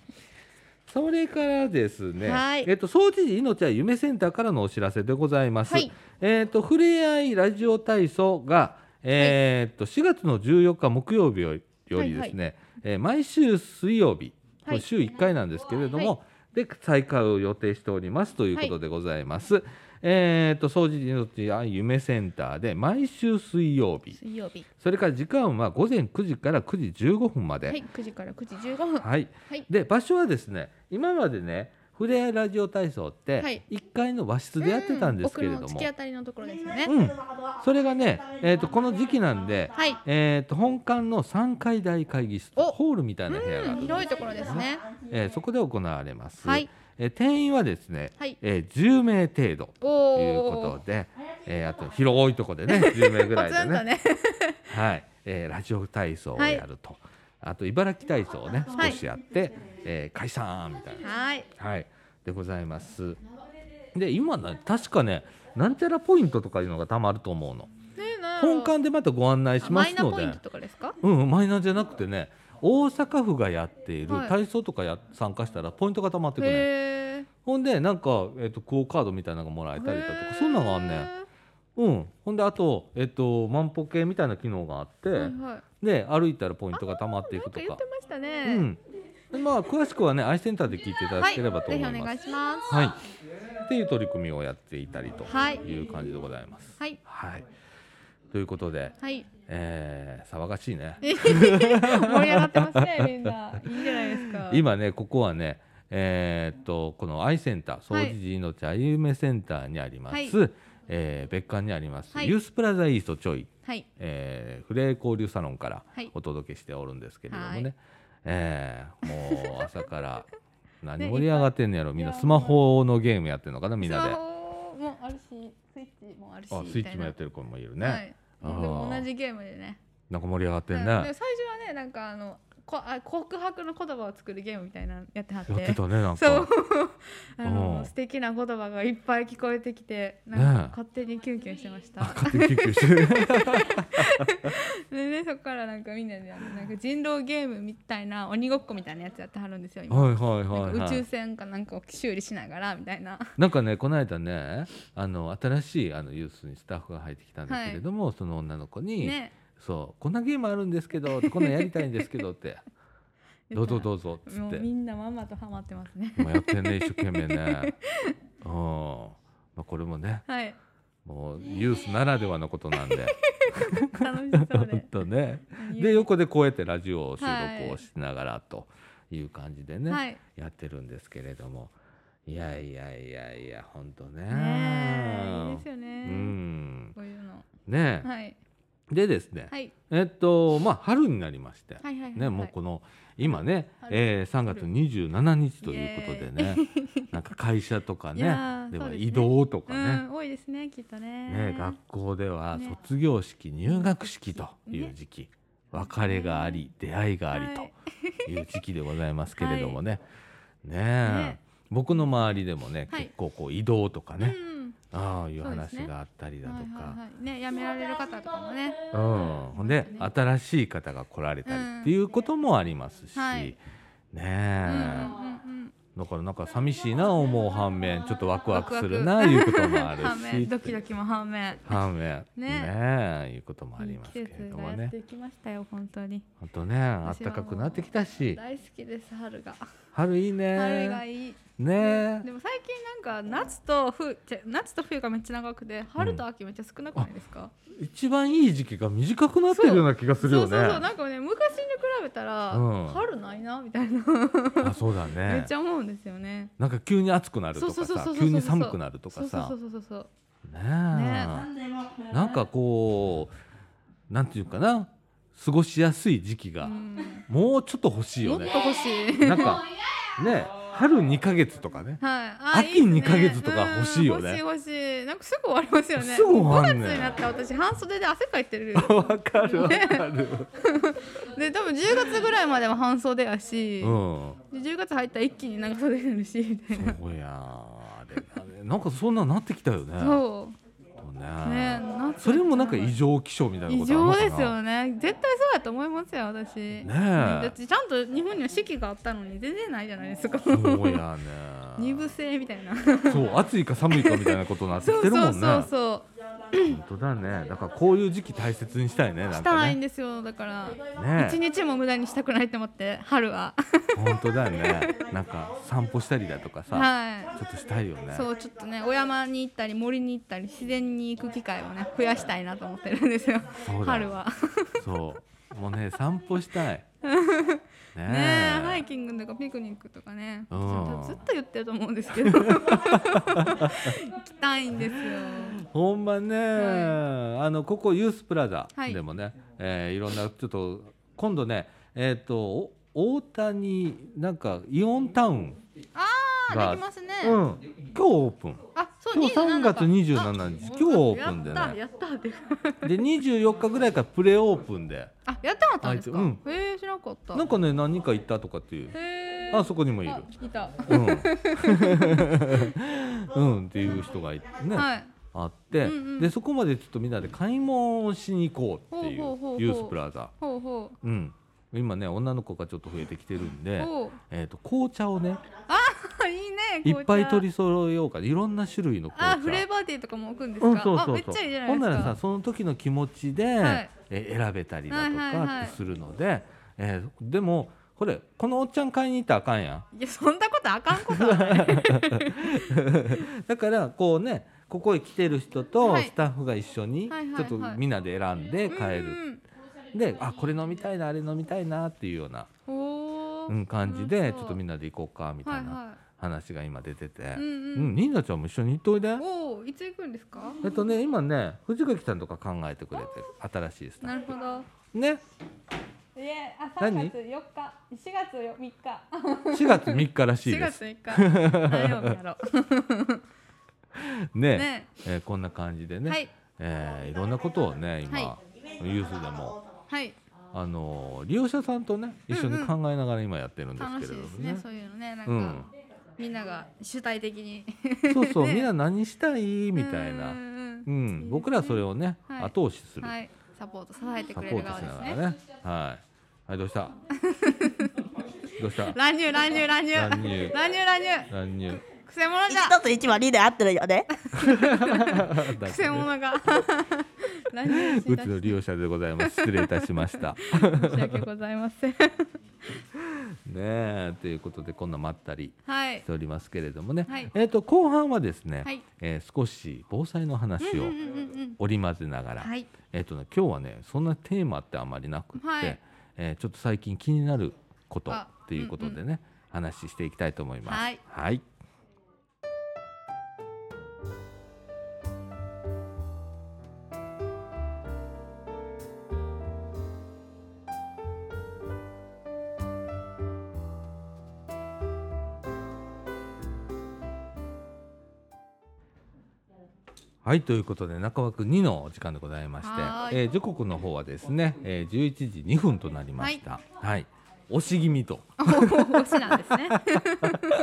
Speaker 1: それからですね、
Speaker 2: はい
Speaker 1: えっと総知事命は夢センターからのお知らせでございます。
Speaker 2: はい
Speaker 1: えっとふれあいラジオ体操が、えっと4月の14日木曜日よりですね、
Speaker 2: はい
Speaker 1: えー毎週水曜日、
Speaker 2: はい
Speaker 1: これ週1回なんですけれども、で再開を予定しておりますということでございます。えっと総知事命は夢センターで毎週水曜日、
Speaker 2: 水曜日。
Speaker 1: それから時間は午前9時から9時15分まで。
Speaker 2: はい、九時から九時十五分。
Speaker 1: はい
Speaker 2: はい。
Speaker 1: で場所はですね今までねふれあいラジオ体操っ
Speaker 2: はい
Speaker 1: て1階の和室でやってたんですけれど
Speaker 2: うん
Speaker 1: も
Speaker 2: 奥、の突き当たりのところですよね。
Speaker 1: うんそれがね、えー、とこの時期なんで、
Speaker 2: はい。
Speaker 1: えー、と本館の3階大会議室
Speaker 2: お
Speaker 1: ホールみたいな部屋があ
Speaker 2: うん
Speaker 1: る、
Speaker 2: 広いところですね。
Speaker 1: えーそこで行われます、
Speaker 2: はい
Speaker 1: えー定員はですね、
Speaker 2: はい
Speaker 1: えー10名程度
Speaker 2: お
Speaker 1: と
Speaker 2: お。
Speaker 1: いうことで、えーあと広いとこで ね10名ぐ
Speaker 2: ポ
Speaker 1: らい
Speaker 2: ツ
Speaker 1: で
Speaker 2: ン
Speaker 1: ね
Speaker 2: とね。
Speaker 1: はい、えーラジオ体操をやると、あと茨城体操をね
Speaker 2: はい
Speaker 1: 少しやって、えー解散みたいな。
Speaker 2: はい。
Speaker 1: はい、でございます。で今ね確かねなんちゃらポイントとかいうのがたまると思うの。
Speaker 2: ねなんだろう
Speaker 1: 本館でまたご案内しま
Speaker 2: マイ
Speaker 1: す
Speaker 2: ナ
Speaker 1: の
Speaker 2: ポイント
Speaker 1: で。
Speaker 2: とかですか？
Speaker 1: うん、マイナーじゃなくてね大阪府がやっている
Speaker 2: はい
Speaker 1: 体操とかや、参加したらポイントがたまってくね
Speaker 2: へえ。
Speaker 1: ほんでなんか、えっとクオ・カードみたいなのがもらえたりだとかそんなのがあんねん、うん、ほんであと、えっと万歩計みたいな機能があって、
Speaker 2: へー。はいはい。
Speaker 1: で歩いたらポイントがたまってい
Speaker 2: なん
Speaker 1: く
Speaker 2: か
Speaker 1: と
Speaker 2: 言っ
Speaker 1: か
Speaker 2: てましたね。
Speaker 1: うん、でまあ詳しくはねアイセンターで聞いていただ
Speaker 2: はい。
Speaker 1: ければと
Speaker 2: ぜひ
Speaker 1: 思
Speaker 2: お
Speaker 1: います
Speaker 2: 願い。します。
Speaker 1: はい、っていう取り組みをやっていたりと
Speaker 2: はい
Speaker 1: いう感じでございます。
Speaker 2: はい。
Speaker 1: はい、ということで、
Speaker 2: はい。
Speaker 1: えー騒がしいね。
Speaker 2: 盛り上がってます ね、みんな。いいんじゃないですか。
Speaker 1: 今ねここはね、えーっとこのアイセンター総除寺命あゆめセンターにあります、えー別館にあります、
Speaker 2: はい
Speaker 1: ユースプラザイーストちょい、
Speaker 2: はい。
Speaker 1: えーフレー交流サロンから
Speaker 2: はい
Speaker 1: お届けしておるんですけれどもね、
Speaker 2: は
Speaker 1: えーもう朝から 何盛り上がってんのやろみんなスマホのゲームやってんのかなみんな
Speaker 2: ス
Speaker 1: で
Speaker 2: マ。ホもあるし、スイッチもあるし。
Speaker 1: あスイッチもやってる子もいるね、
Speaker 2: はい。で
Speaker 1: あー
Speaker 2: も同じゲームでね。
Speaker 1: なんか盛り上がって
Speaker 2: うんん
Speaker 1: ね、
Speaker 2: でも最初はね、なんかあの、こあ告白の言葉を作るゲームみたいなのやってはって。
Speaker 1: やってたねなんか
Speaker 2: そうあ
Speaker 1: う
Speaker 2: の
Speaker 1: ん
Speaker 2: 素敵な言葉がいっぱい聞こえてきてなん
Speaker 1: ねえ
Speaker 2: か勝手にキュンキュンしてました、
Speaker 1: あ勝手に救急して
Speaker 2: でねそこからなんかみんなであのなんか人狼ゲームみたいな鬼ごっこみたいなやつやってはるんですよ今、
Speaker 1: はいはいはい、
Speaker 2: な
Speaker 1: は
Speaker 2: ん か宇宙
Speaker 1: い、
Speaker 2: 船かなんかを修理しながらみたいな
Speaker 1: なんかねこの間ねあの新しいあのユースにスタッフが入ってきたんですけれども、その女の子に、
Speaker 2: ね
Speaker 1: そうこんなゲームあるんですけどこんなんやりたいんですけどって どうぞどうぞっつ
Speaker 2: も
Speaker 1: っ
Speaker 2: う
Speaker 1: て
Speaker 2: みんなまんまとハマってますね
Speaker 1: 今やってんね一生懸命 ねうん、まあ、これもね
Speaker 2: はい
Speaker 1: もうユースならではのことなんで
Speaker 2: 楽し そう
Speaker 1: ほん
Speaker 2: で
Speaker 1: とね
Speaker 2: うん
Speaker 1: で横でこうやってラジオを収録をしながらという感じでね、
Speaker 2: はい
Speaker 1: やってるんですけれどもいいやいやいやいや本当ね
Speaker 2: ねえいいですよ
Speaker 1: う
Speaker 2: ね、
Speaker 1: ん
Speaker 2: こういうの
Speaker 1: ねえ、
Speaker 2: はい
Speaker 1: でですね、
Speaker 2: はい
Speaker 1: えっとまあ春になりまして、
Speaker 2: はいはいはい
Speaker 1: ねもうこの今ね、
Speaker 2: 春
Speaker 1: えー、3月27日ということでね なんか会社とか
Speaker 2: いや
Speaker 1: ね
Speaker 2: ー
Speaker 1: で
Speaker 2: そう
Speaker 1: は
Speaker 2: ですね
Speaker 1: 移動とか
Speaker 2: う
Speaker 1: ね
Speaker 2: ん多いですねきっとね
Speaker 1: ね、学校では
Speaker 2: ね
Speaker 1: 卒業式、入学式という時期、別れがあり、出会いがあり
Speaker 2: はい
Speaker 1: という時期でございますけれど もね、ねえ
Speaker 2: ね
Speaker 1: 僕の周りでもね、
Speaker 2: はい
Speaker 1: 結構こう移動とかね、
Speaker 2: うん
Speaker 1: ああいう
Speaker 2: そうです
Speaker 1: 話
Speaker 2: ね
Speaker 1: があったりだとか、
Speaker 2: はいはいはい、ねやめられる方とかもね
Speaker 1: うん、ほんで新しい方が来られたりっていうこともありますし、
Speaker 2: うんはい
Speaker 1: ね
Speaker 2: う
Speaker 1: え
Speaker 2: んう、んうんうん
Speaker 1: だからなんか寂しいな思う反面ちょっとワクワクするな
Speaker 2: ワ
Speaker 1: いうこともあるし
Speaker 2: 反面ドキドキも反面
Speaker 1: 反面ね
Speaker 2: ね
Speaker 1: えいうこともありますけ
Speaker 2: いい
Speaker 1: れ
Speaker 2: 季節
Speaker 1: ど
Speaker 2: が
Speaker 1: も
Speaker 2: やっ
Speaker 1: ね
Speaker 2: てきましたよ本当に
Speaker 1: あとねあったかくなってきたし
Speaker 2: 大好きです春が
Speaker 1: 春いい
Speaker 2: 春が
Speaker 1: ね
Speaker 2: いい
Speaker 1: ねえ
Speaker 2: でも最近なんか夏と冬ちゃ夏と冬がめっちゃ長くて春と秋めっちゃ少なくないですか、
Speaker 1: 一番いい時期が短くなってるような気がす
Speaker 2: そう
Speaker 1: るよ
Speaker 2: そう
Speaker 1: ね
Speaker 2: そうなんかね昔に比べたら、
Speaker 1: うん
Speaker 2: 春ないなみたいな、
Speaker 1: あそうだ
Speaker 2: め
Speaker 1: ね
Speaker 2: っちゃ思うんですよね
Speaker 1: なんか急に暑くなる
Speaker 2: そ
Speaker 1: と
Speaker 2: うそ
Speaker 1: か
Speaker 2: うそ
Speaker 1: さ
Speaker 2: うそうそう
Speaker 1: 急に寒くなるとかさ
Speaker 2: そうそうそうそう
Speaker 1: ね
Speaker 2: ね
Speaker 1: えなんかこうなんていうかな過ごしやすい時期
Speaker 2: そ
Speaker 1: が
Speaker 2: う、うん、
Speaker 1: もうちょっと欲しい
Speaker 2: も
Speaker 1: よ
Speaker 2: っと
Speaker 1: ね
Speaker 2: 欲しい
Speaker 1: なんかねえ春2ヶ月とか ね
Speaker 2: はい、あ
Speaker 1: 秋
Speaker 2: いいですね
Speaker 1: 2ヶ月とか欲しいよね
Speaker 2: うん欲しい欲しいなんかすぐ終わりますよね
Speaker 1: すぐ終わんね
Speaker 2: 5月になったら私半袖で汗かいてる
Speaker 1: わかるわかる
Speaker 2: で多分10月ぐらいまでは半袖やし、
Speaker 1: うん
Speaker 2: で10月入ったら一気に長袖になるしみたいな
Speaker 1: そうやあれあれなんかそんななってきたよね。
Speaker 2: そうね
Speaker 1: ね
Speaker 2: 夏
Speaker 1: それもなんか異常気象みたいな
Speaker 2: 異
Speaker 1: ことあるの
Speaker 2: 常
Speaker 1: かな。
Speaker 2: ですよね絶対そうやと思いますよ私ねだってちゃんと日本には四季があったのに全然ないじゃないですか
Speaker 1: そうや
Speaker 2: 二
Speaker 1: ね。
Speaker 2: 部制みたいな
Speaker 1: そう暑いか寒いかみたいなことになってき
Speaker 2: そ
Speaker 1: て
Speaker 2: う
Speaker 1: る
Speaker 2: そ
Speaker 1: も
Speaker 2: うん
Speaker 1: ね。
Speaker 2: そうそう
Speaker 1: 本当だね。だからこういう時期大切にしたいね。なん
Speaker 2: した
Speaker 1: から
Speaker 2: い
Speaker 1: ね。
Speaker 2: んですよだから一
Speaker 1: ね。
Speaker 2: 日も無駄にしたくないと思って春は
Speaker 1: 本当だね。なんか散歩したりだとかさ、
Speaker 2: は
Speaker 1: ちょっとしたいよ
Speaker 2: い
Speaker 1: ね。
Speaker 2: そうちょっとねお山に行ったり森に行ったり自然に行く機会をね増やしたいなと思ってるんですよ
Speaker 1: そうだよ
Speaker 2: 春は
Speaker 1: そう。もうね散歩した い。ね
Speaker 2: ねえハイキングとかピクニックとかね
Speaker 1: うん
Speaker 2: ずっと言ってると思うんですけど行きたいんですよ
Speaker 1: ほんまね、あのここユースプラザ
Speaker 2: はい
Speaker 1: でもね、いえーいろんなちょっと今度ねえっ、とお大谷なんかイオンタウン
Speaker 2: あ
Speaker 1: が
Speaker 2: できますね、
Speaker 1: うん今日オープン
Speaker 2: あそう
Speaker 1: 今日3月
Speaker 2: 27か
Speaker 1: 27日今日オープンで
Speaker 2: やった
Speaker 1: ね
Speaker 2: やったって
Speaker 1: で24日ぐらいからプレオープンで
Speaker 2: あやってなかったんですか、
Speaker 1: あいつ
Speaker 2: へえ知らなかった
Speaker 1: なんかね何人か行ったとかっていう
Speaker 2: へえ
Speaker 1: あそこにもいる
Speaker 2: あいた
Speaker 1: うん うんっていう人がいね、
Speaker 2: はい
Speaker 1: あって、
Speaker 2: うんうん
Speaker 1: でそこまでちょっとみんなで買い物をしに行こうっていう
Speaker 2: ほうほうほうほう
Speaker 1: ユースプラザ
Speaker 2: ほうほう
Speaker 1: うん、今ね女の子がちょっと増えてきてるんで、
Speaker 2: ほ
Speaker 1: えー、と紅茶をね
Speaker 2: ういいね
Speaker 1: いっぱい取
Speaker 2: り
Speaker 1: り揃えようかいろんな種類の紅茶
Speaker 2: あフレーバーティーとかも置くんですか、
Speaker 1: うん、そうそうそう
Speaker 2: あめっちゃいいじゃない
Speaker 1: ほ
Speaker 2: で
Speaker 1: ん
Speaker 2: す
Speaker 1: な
Speaker 2: から
Speaker 1: さその時の気持ちで、
Speaker 2: はい
Speaker 1: えー選べたりだと
Speaker 2: はいはい
Speaker 1: か
Speaker 2: は
Speaker 1: っ
Speaker 2: い
Speaker 1: てするので、えーでもこれこのおっちゃん買いに行ったらあかんやん
Speaker 2: いやそんなことあかんこと はない
Speaker 1: だからこうねここへ来てる人と
Speaker 2: はい
Speaker 1: スタッフが一緒に
Speaker 2: はいはい
Speaker 1: ちょっとみんなで選んで買え
Speaker 2: うん
Speaker 1: る、
Speaker 2: うん
Speaker 1: であこれ飲みたいなあれ飲みたいなっていうような、
Speaker 2: お
Speaker 1: うん、感じでちょっとみ
Speaker 2: ん
Speaker 1: んなで行こうかみ
Speaker 2: な
Speaker 1: たいな
Speaker 2: は
Speaker 1: 話が今出てて、
Speaker 2: いはい、うん
Speaker 1: う
Speaker 2: うん
Speaker 1: ん、ニーナちゃんも一緒に行っといで。
Speaker 2: おおいつ行くんですか
Speaker 1: えっとね、今ね、藤垣さんとか考えてくれてる、新しいスタ
Speaker 2: な
Speaker 1: ッ
Speaker 2: るほど
Speaker 1: フ。ね、
Speaker 2: いえあ
Speaker 1: 何
Speaker 2: 3月4日4月4
Speaker 1: 4月
Speaker 2: 日
Speaker 1: 3日らしいで
Speaker 2: 4月
Speaker 1: す。
Speaker 2: 3日何曜日やろ う
Speaker 1: ね、
Speaker 2: ね
Speaker 1: えーこんな感じでね、
Speaker 2: はい
Speaker 1: えーいろんなことをね、今、
Speaker 2: は
Speaker 1: ユースでも、
Speaker 2: はい
Speaker 1: あのー利用者さんとね、一緒に考えながら今やってるんです
Speaker 2: 楽
Speaker 1: け
Speaker 2: し
Speaker 1: れ
Speaker 2: い
Speaker 1: ど
Speaker 2: です
Speaker 1: も
Speaker 2: ね
Speaker 1: ね。
Speaker 2: そういうのねなんか、
Speaker 1: うん
Speaker 2: みんなが主体的に
Speaker 1: そうそう、みんな何したいみたい
Speaker 2: うん
Speaker 1: な。
Speaker 2: うん
Speaker 1: う
Speaker 2: いいです
Speaker 1: ん、
Speaker 2: ね
Speaker 1: 僕らはそれをね、
Speaker 2: はい
Speaker 1: 後押しす
Speaker 2: うん
Speaker 1: る、
Speaker 2: はいサポート支えて
Speaker 1: サ
Speaker 2: く
Speaker 1: ポ
Speaker 2: れ
Speaker 1: ー
Speaker 2: る
Speaker 1: トし
Speaker 2: 側で
Speaker 1: な
Speaker 2: す
Speaker 1: が
Speaker 2: ね
Speaker 1: らね。はい、はい、どうした どうした
Speaker 2: 乱入乱入乱入
Speaker 1: 乱入
Speaker 2: 乱入乱入
Speaker 1: 乱入。
Speaker 2: くせ者じゃ
Speaker 3: 1と1は2で合ってるよね。
Speaker 2: くせ 者が乱入し
Speaker 1: うち
Speaker 2: だし
Speaker 1: の利用者でございます。失礼いたしました。
Speaker 2: 申し訳ございません
Speaker 1: ねえということでこんなまったり
Speaker 2: はい
Speaker 1: しておりますけれどもね。
Speaker 2: はい
Speaker 1: えっ、と後半はですね、
Speaker 2: はい
Speaker 1: えー少し防災の話
Speaker 2: うん
Speaker 1: を
Speaker 2: うんうんうん
Speaker 1: 織り交ぜながら、
Speaker 2: はい
Speaker 1: えっ、とね今日はねそんなテーマってあんまりなくって、
Speaker 2: はい
Speaker 1: えーちょっと最近気になること
Speaker 2: あ
Speaker 1: っていうことでね、話していきたいと思います。
Speaker 2: はい
Speaker 1: はいはいということで中枠2の時間でございまして
Speaker 2: は、ーい
Speaker 1: えー時刻の方はですね、えー、11時2分となりました。はい、押し気味と
Speaker 2: お推しなんですね。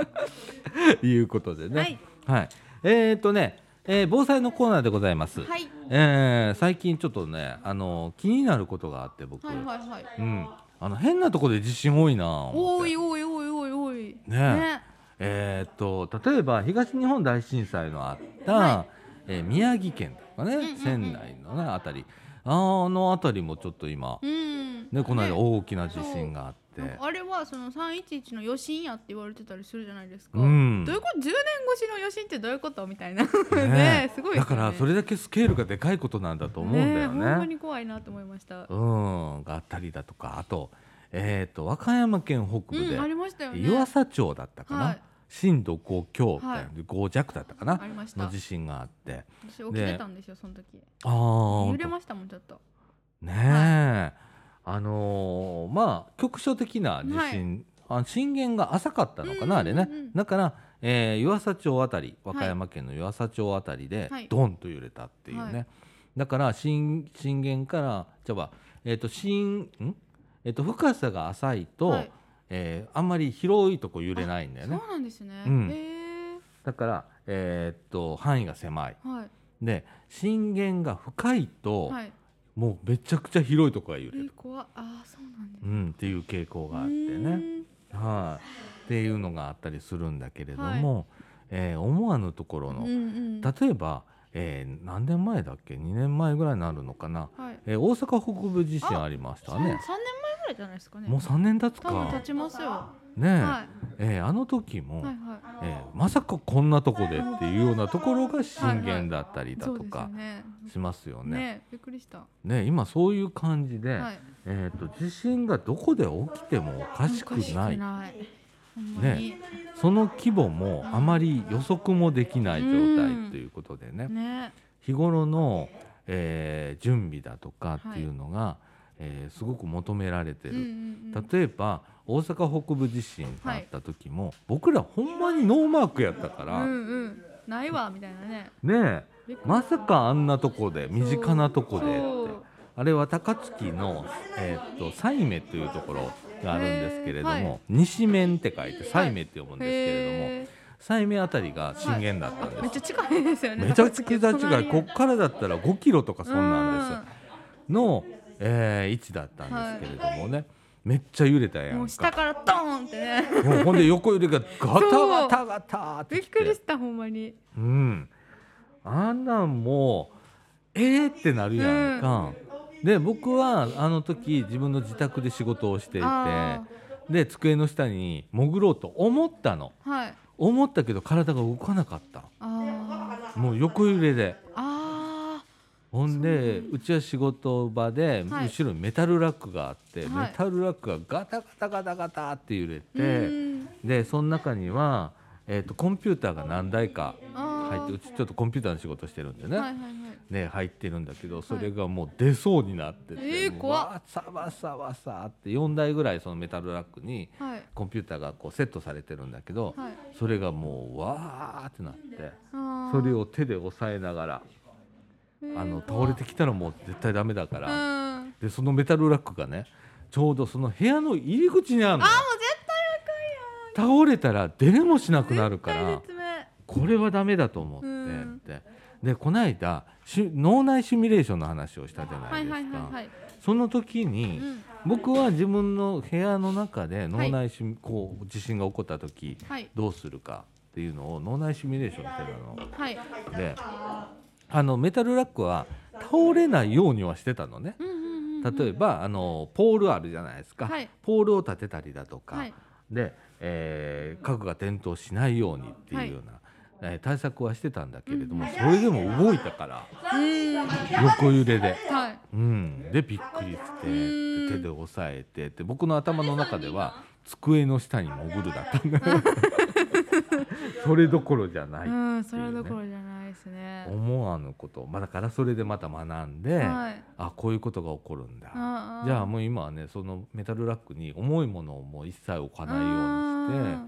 Speaker 1: いうことでね。
Speaker 2: はい、
Speaker 1: はい、えーっとね、えー防災のコーナーでございます。
Speaker 2: はい。
Speaker 1: えー最近ちょっとね、あの気になることがあって僕、
Speaker 2: はいはいはい。
Speaker 1: うん、あの変なとこで地震多いなぁ思っ
Speaker 2: お
Speaker 1: て
Speaker 2: いおいおいおいおい。
Speaker 1: ねええーっと例えば東日本大震災のあった、
Speaker 2: は
Speaker 1: えー宮城県とかね、
Speaker 2: んうんうん
Speaker 1: 仙台のねあたりあーあのあたりもちょっと今、
Speaker 2: うん。
Speaker 1: ね、この間
Speaker 2: ね
Speaker 1: 大きな地震があって、
Speaker 2: なんかあれはその三一一の余震やって言われてたりするじゃないですか。
Speaker 1: うん
Speaker 2: どういうこと十年越しの余震ってどういうことみたいな。ね
Speaker 1: え
Speaker 2: えすご いですよね。
Speaker 1: だからそれだけスケールがでかいことなんだと思うんだよ
Speaker 2: えほんま
Speaker 1: ね。
Speaker 2: に怖いなと思いました。
Speaker 1: うんがあったりだとかあと,、えー、と和歌山県北部で、
Speaker 2: うん、ありましたよね。
Speaker 1: 湯浅町だったかな、
Speaker 2: はい
Speaker 1: 震度5強みたいな、5弱だったかな
Speaker 2: ありました
Speaker 1: の地震があって
Speaker 2: 私起きてたんですよ、その時。
Speaker 1: あー
Speaker 2: 揺れましたもん、ちょっと。
Speaker 1: ねえ、あのーまあ局所的な地震、あ震源が浅かったのかな、
Speaker 2: うんうんうん
Speaker 1: あれねだから、えー湯浅町あたり和歌山県の湯浅町あたりで、
Speaker 2: はい
Speaker 1: ドンと揺れたっていうね、
Speaker 2: はい
Speaker 1: だから震震源からじゃあ、えー、と震ん、えー、と深さが浅いと、
Speaker 2: はい
Speaker 1: えーあんまり広いとこ揺れないんだよね
Speaker 2: そうなんですね。
Speaker 1: うん
Speaker 2: へえ。
Speaker 1: だから、えーっと範囲が狭い
Speaker 2: はい。
Speaker 1: で震源が深いと、
Speaker 2: はい。
Speaker 1: もうめちゃくちゃ広いとこが揺
Speaker 2: え
Speaker 1: れる、
Speaker 2: ー、怖っああ、そうなんです
Speaker 1: う。ん、っていう傾向があって
Speaker 2: う
Speaker 1: ね、
Speaker 2: ーん。
Speaker 1: はい、っていうのがあったりするんだけれども、えー思わぬところの、
Speaker 2: うんうん。
Speaker 1: 例えば、えー何年前だっけ2年前ぐらいになるのかな、
Speaker 2: はい。
Speaker 1: えー大阪北部地震ありました
Speaker 2: 三年
Speaker 1: ね
Speaker 2: 前ぐらいじゃないですかね。
Speaker 1: もう3年経つ
Speaker 2: 多分
Speaker 1: か
Speaker 2: 経ちますよ。は
Speaker 1: ね
Speaker 2: い。
Speaker 1: え、
Speaker 2: は
Speaker 1: えーあの時も、
Speaker 2: いは
Speaker 1: えーまさかこんなとこでっていうようなところが震源だったり
Speaker 2: い。
Speaker 1: だ
Speaker 2: そ
Speaker 1: と
Speaker 2: うですよ
Speaker 1: か
Speaker 2: ね。
Speaker 1: しますよね。
Speaker 2: ね、びっくりした。
Speaker 1: ね今そういう感じで、
Speaker 2: はい。
Speaker 1: えー、と地震がどこで起きてもおかしくない
Speaker 2: ない。ほんまに。
Speaker 1: その規模もあまり予測もできない状
Speaker 2: うん
Speaker 1: 態ということでね
Speaker 2: ね。
Speaker 1: 日頃の、えー準備だとかっていうのが、えーすごく求められて
Speaker 2: う
Speaker 1: る
Speaker 2: んう。んうん。
Speaker 1: 例えば大阪北部地震があった時も、僕らほんまにノーマークやったから、
Speaker 2: うんうん。ないわみたいなね。
Speaker 1: ねえ
Speaker 2: びっくり
Speaker 1: まさかあんなとこで身近なとこでって
Speaker 2: そう
Speaker 1: あれは高槻の、えー、と西目というところがあるんですけれども、
Speaker 2: へーはい
Speaker 1: 西面って書いて西目って読むんですけれども、
Speaker 2: へ
Speaker 1: 西面あたりが震源だったん
Speaker 2: ー
Speaker 1: で
Speaker 2: めっ
Speaker 1: す、
Speaker 2: ちゃ近いですよね。
Speaker 1: めちゃくちゃ近
Speaker 2: 隣
Speaker 1: いこっからだったら5キロとかそんなんですよの、えー位置だったんですけれどもね、めっちゃ揺れたや
Speaker 2: うんも
Speaker 1: ん
Speaker 2: う下
Speaker 1: か
Speaker 2: からドーンってね。
Speaker 1: もうほんで横揺れがガタガタガタって
Speaker 2: び
Speaker 1: き
Speaker 2: ってくりしたほんまに。
Speaker 1: うん、あんなんもうえーってなるやんか、で僕はあの時自分の自宅で仕事をしていて
Speaker 2: あ
Speaker 1: で机の下に潜ろうと思ったの
Speaker 2: はい。
Speaker 1: 思ったけど体が動かなかった
Speaker 2: あー
Speaker 1: もう横揺れで
Speaker 2: あ
Speaker 1: ほんでうちは仕事場で
Speaker 2: はい
Speaker 1: 後ろにメタルラックがあって、
Speaker 2: はい
Speaker 1: メタルラックがガタガタガタガタって揺れ
Speaker 2: ー。う
Speaker 1: て
Speaker 2: ん
Speaker 1: でその中には、えー、とコンピューターが何台か
Speaker 2: あ
Speaker 1: 入ってうちちょっとコンピューターの仕事してるんでね、
Speaker 2: ーはいはいはい。
Speaker 1: ね、入ってるんだけどそれがもう出そうになってて、
Speaker 2: えー
Speaker 1: もう
Speaker 2: 怖っ
Speaker 1: わーサバサバサーって4台ぐらいそのメタルラックに
Speaker 2: はい
Speaker 1: コンピューターがこうセットされてるんだけど、
Speaker 2: はい。
Speaker 1: それがもうわーってなって
Speaker 2: あー
Speaker 1: それを手で押さえながらあの倒れて
Speaker 2: き
Speaker 1: きたらもう絶対ダメだか
Speaker 2: うん。
Speaker 1: ら、
Speaker 2: あーもう
Speaker 1: でそのメタルラックがねちょうどその部屋の入り口にあるのよ
Speaker 2: 絶対
Speaker 1: 倒れたら出れもしなくなるか
Speaker 2: 絶
Speaker 1: ら
Speaker 2: 対絶命。
Speaker 1: これはダメだと思って、
Speaker 2: うん
Speaker 1: ででこの間し脳内シミュレーションの話をしたじゃな
Speaker 2: はいい
Speaker 1: ですか。
Speaker 2: はいはいはい。
Speaker 1: その時に、
Speaker 2: うん
Speaker 1: 僕は自分の部屋の中で脳内シミ、こう地震が起こった時
Speaker 2: はい
Speaker 1: どうするかっていうのを脳内シミュレーションして
Speaker 2: はい。
Speaker 1: たのであのメタルラックは倒れないようにはしてたのね
Speaker 2: うんうんうんうん。
Speaker 1: 例えばあのポールあるじゃないですか、
Speaker 2: はい
Speaker 1: ポールを立てたりだとか、
Speaker 2: はい
Speaker 1: で、えー家具が転倒しないようにっていうような、えー対策はしてたんだけれども、それでも動いたから
Speaker 2: うん。は
Speaker 1: 横揺れで。
Speaker 2: い。
Speaker 1: うん、でびっくりして
Speaker 2: うん
Speaker 1: で手で押さえてって僕の頭の中では机の下に潜るだったんだ それどころじゃない、
Speaker 2: うん、それどころじゃないですね。
Speaker 1: 思わぬこと、まあ、だからそれでまた学んで、
Speaker 2: はい。
Speaker 1: あこういうことが起こるんだ
Speaker 2: あー
Speaker 1: じゃあもう今はねそのメタルラックに重いものをもう一切置かないようにして、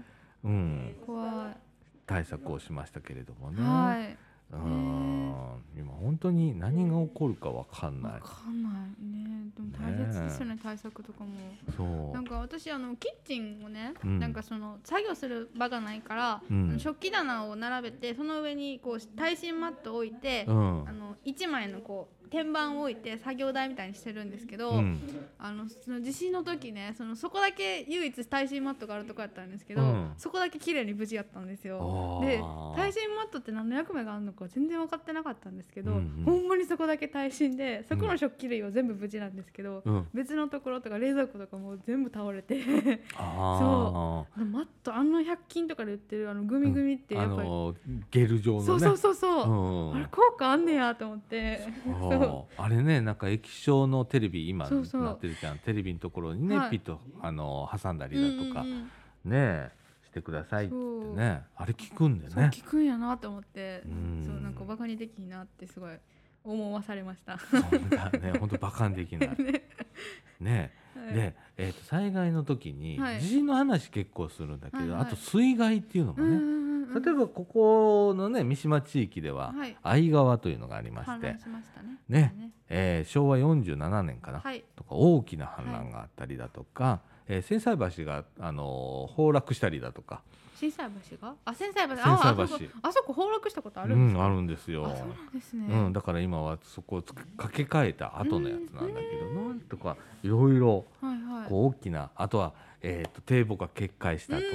Speaker 1: うん、
Speaker 2: あー怖い。
Speaker 1: 対策をしましたけれどもね、
Speaker 2: はい。
Speaker 1: うん今本当に何が起こるかわかんない
Speaker 2: わ。かんないねでも大切ですよね対策とかも
Speaker 1: そう
Speaker 2: なんか私あのキッチンをね、
Speaker 1: うん
Speaker 2: なんかその作業する場がないから、
Speaker 1: うん
Speaker 2: あの食器棚を並べてその上にこう耐震マットを置いて、
Speaker 1: うん
Speaker 2: あの一枚のこう天板を置いて作業台みたいにしてるんですけど、
Speaker 1: うん
Speaker 2: あのその地震の時ねそのそこだけ唯一耐震マットがあるとこやったんですけど、
Speaker 1: うん
Speaker 2: そこだけ綺麗に無事やったんです
Speaker 1: あ
Speaker 2: よ。
Speaker 1: ー
Speaker 2: で耐震マットって何の役目があるのか全然分かってなかったんですけど、
Speaker 1: うんうん
Speaker 2: ほんまにそこだけ耐震でそこの食器類は全部無事なんですけど、
Speaker 1: うん、
Speaker 2: 別のところとか冷蔵庫とかも全部倒れて
Speaker 1: あー
Speaker 2: マットあの100均とかで売ってるあのグミグミって
Speaker 1: あ
Speaker 2: やっぱり、
Speaker 1: のゲル状のね
Speaker 2: そうそうそうそう、
Speaker 1: うん
Speaker 2: あれ効果あんねやと思ってそう
Speaker 1: あーあれねなんか液晶のテレビ今
Speaker 2: そうそう
Speaker 1: なってるじゃんテレビのところにね、
Speaker 2: はい
Speaker 1: ピッとあの挟んだり
Speaker 2: うん
Speaker 1: だとか、
Speaker 2: うんうん
Speaker 1: ねしてくださいって
Speaker 2: そう
Speaker 1: ねあれ聞くんだよ
Speaker 2: そう
Speaker 1: ね
Speaker 2: 聞くんやなと思って、
Speaker 1: うん
Speaker 2: そうなんかバカにできひんなってすごい思わされました。
Speaker 1: そうだね本当バカにできない
Speaker 2: ね
Speaker 1: ね
Speaker 2: はい
Speaker 1: で、えー、と災害の時に
Speaker 2: はい
Speaker 1: 地震の話結構するんだけど、
Speaker 2: はいはい
Speaker 1: あと水害っていうのも
Speaker 2: うん
Speaker 1: ね、
Speaker 2: うんうん
Speaker 1: 例えばここのね三島地域では
Speaker 2: はい
Speaker 1: 相川というのがありまし
Speaker 2: 氾
Speaker 1: て、
Speaker 2: 濫しましたね。
Speaker 1: ねえー昭和47年かな、
Speaker 2: はい。
Speaker 1: とか大きな氾濫があったりだとか、えー千載橋が、あのー崩落したりだとか
Speaker 2: 震災橋が？あ、震災橋。
Speaker 1: 心
Speaker 2: あ、
Speaker 1: 斎
Speaker 2: あ
Speaker 1: 橋
Speaker 2: そこあそこ崩落したことあ
Speaker 1: あ
Speaker 2: るんですか？
Speaker 1: うん、あるんですよ
Speaker 2: あ、そうなんですね。
Speaker 1: うん、だから今はそこをつ掛け替えた後のやつなんだけど、なんとかいろいろ
Speaker 2: はいはい。
Speaker 1: こう大きなあとは、えー、と堤防が決壊したとか、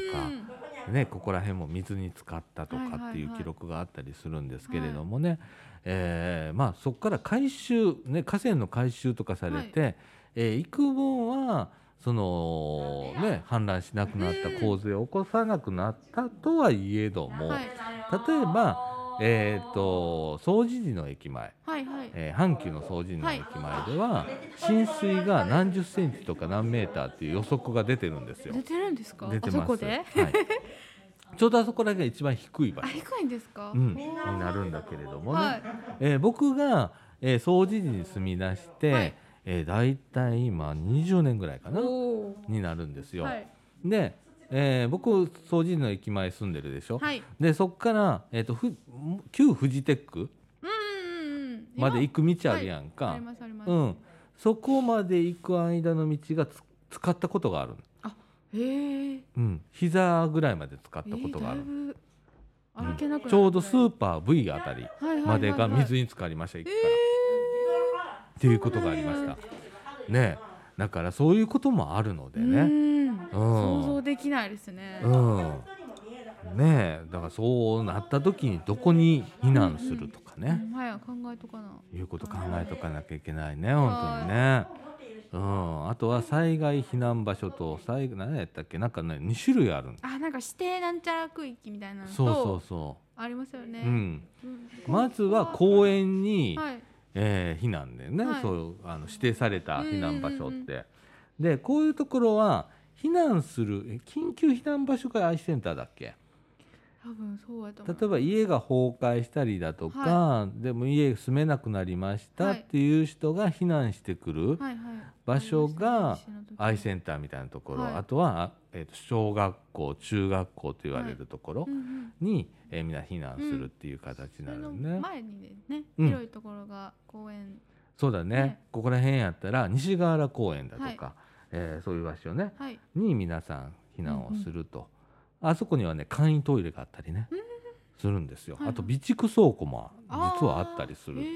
Speaker 2: うん
Speaker 1: ね、ここら辺も水に浸かったと
Speaker 2: はい
Speaker 1: か
Speaker 2: は
Speaker 1: っ
Speaker 2: い
Speaker 1: ていう
Speaker 2: はい
Speaker 1: 記録があったりするんですけれどもね、えーまあ、そこから回収、ね、河川の回収とかされて、えー行く分はその、ね、氾濫しなくなった
Speaker 2: うん
Speaker 1: 洪水を起こさなくなったとはいえども、
Speaker 2: はい
Speaker 1: 例えば、えー、と総除寺の駅前
Speaker 2: はいはい。
Speaker 1: えー阪急の総人の駅前では浸水が何十センチとか何メーターっていう予測が出てるんですよ
Speaker 2: 出。てるんですか？
Speaker 1: 出て
Speaker 2: あ
Speaker 1: ま
Speaker 2: そ
Speaker 1: す。
Speaker 2: こで？
Speaker 1: はい、ちょうどあそこら辺が一番低い場
Speaker 2: あ、
Speaker 1: 所、
Speaker 2: 低いんですか
Speaker 1: う？ん、になるんだけれどもね。
Speaker 2: はい。
Speaker 1: えー僕が、えー、総除寺に住み出して、
Speaker 2: はい
Speaker 1: えー、大体今20年ぐらいかな
Speaker 2: おー
Speaker 1: になるんですよ。
Speaker 2: はい。
Speaker 1: で、えー僕総除寺の駅前住んでるでしょ。
Speaker 2: はい。
Speaker 1: でそこから、えー、とふ旧フジテック
Speaker 2: うんうんうん。
Speaker 1: まで行く道あるやん
Speaker 2: 今あ
Speaker 1: か
Speaker 2: り。ますあります。
Speaker 1: うん、そこまで行く間の道がつ使ったことがある、
Speaker 2: へえ。
Speaker 1: うん、膝ぐらいまで使ったことがある
Speaker 2: え、ーだいぶ
Speaker 1: うん
Speaker 2: 歩けなくなる
Speaker 1: ちょうどスーパー V あたりまでが水
Speaker 2: に
Speaker 1: に浸かりました一回から、っていうことがありましたねだからそういうこともあるのでね
Speaker 2: ね。
Speaker 1: うん
Speaker 2: 想像できないですね。
Speaker 1: うんねだからそうなった時にどこに避難するとかね、
Speaker 2: ほんまや考えとかな。
Speaker 1: いうこと考えとかなきゃいけないね本当にね。うん、あとは災害避難場所と災害何やったっけなんかね2種類あるん
Speaker 2: あ、なんか指定なんちゃら区域みたいなのと
Speaker 1: そうそうそ
Speaker 2: ありますよね。
Speaker 1: う、うん、
Speaker 2: うん
Speaker 1: まずは公園に、
Speaker 2: はい。
Speaker 1: えー避難でね、
Speaker 2: はい
Speaker 1: そうあの指定された避難場所っ
Speaker 2: うんうん
Speaker 1: て、でこういうところは避難するえ緊急避難場所が愛センターだっけ
Speaker 2: 多分そうやと思
Speaker 1: 例
Speaker 2: う。
Speaker 1: えば家が崩壊したりだとか、でも家住めなくなりました
Speaker 2: はい
Speaker 1: っていう人が避難してくる、
Speaker 2: はいはい。
Speaker 1: 場所がアイ
Speaker 2: ン
Speaker 1: センターみたいなところ、
Speaker 2: はい
Speaker 1: あとは、あえー、と小学校中学校と言われるところに、えーみんな避難するっていう形になるのね、
Speaker 2: 前にね、
Speaker 1: うん
Speaker 2: 広いところが公園。
Speaker 1: そうだね
Speaker 2: ね
Speaker 1: ここら辺やったら西河原公園だとか、えーそういう場所ね
Speaker 2: はい。
Speaker 1: に皆さん避難をすると、あそこにはね簡易トイレがあったりね、するんですよ、
Speaker 2: はいはい
Speaker 1: あと備蓄倉庫も
Speaker 2: ー
Speaker 1: 実はあったりす
Speaker 2: へ
Speaker 1: る
Speaker 2: え、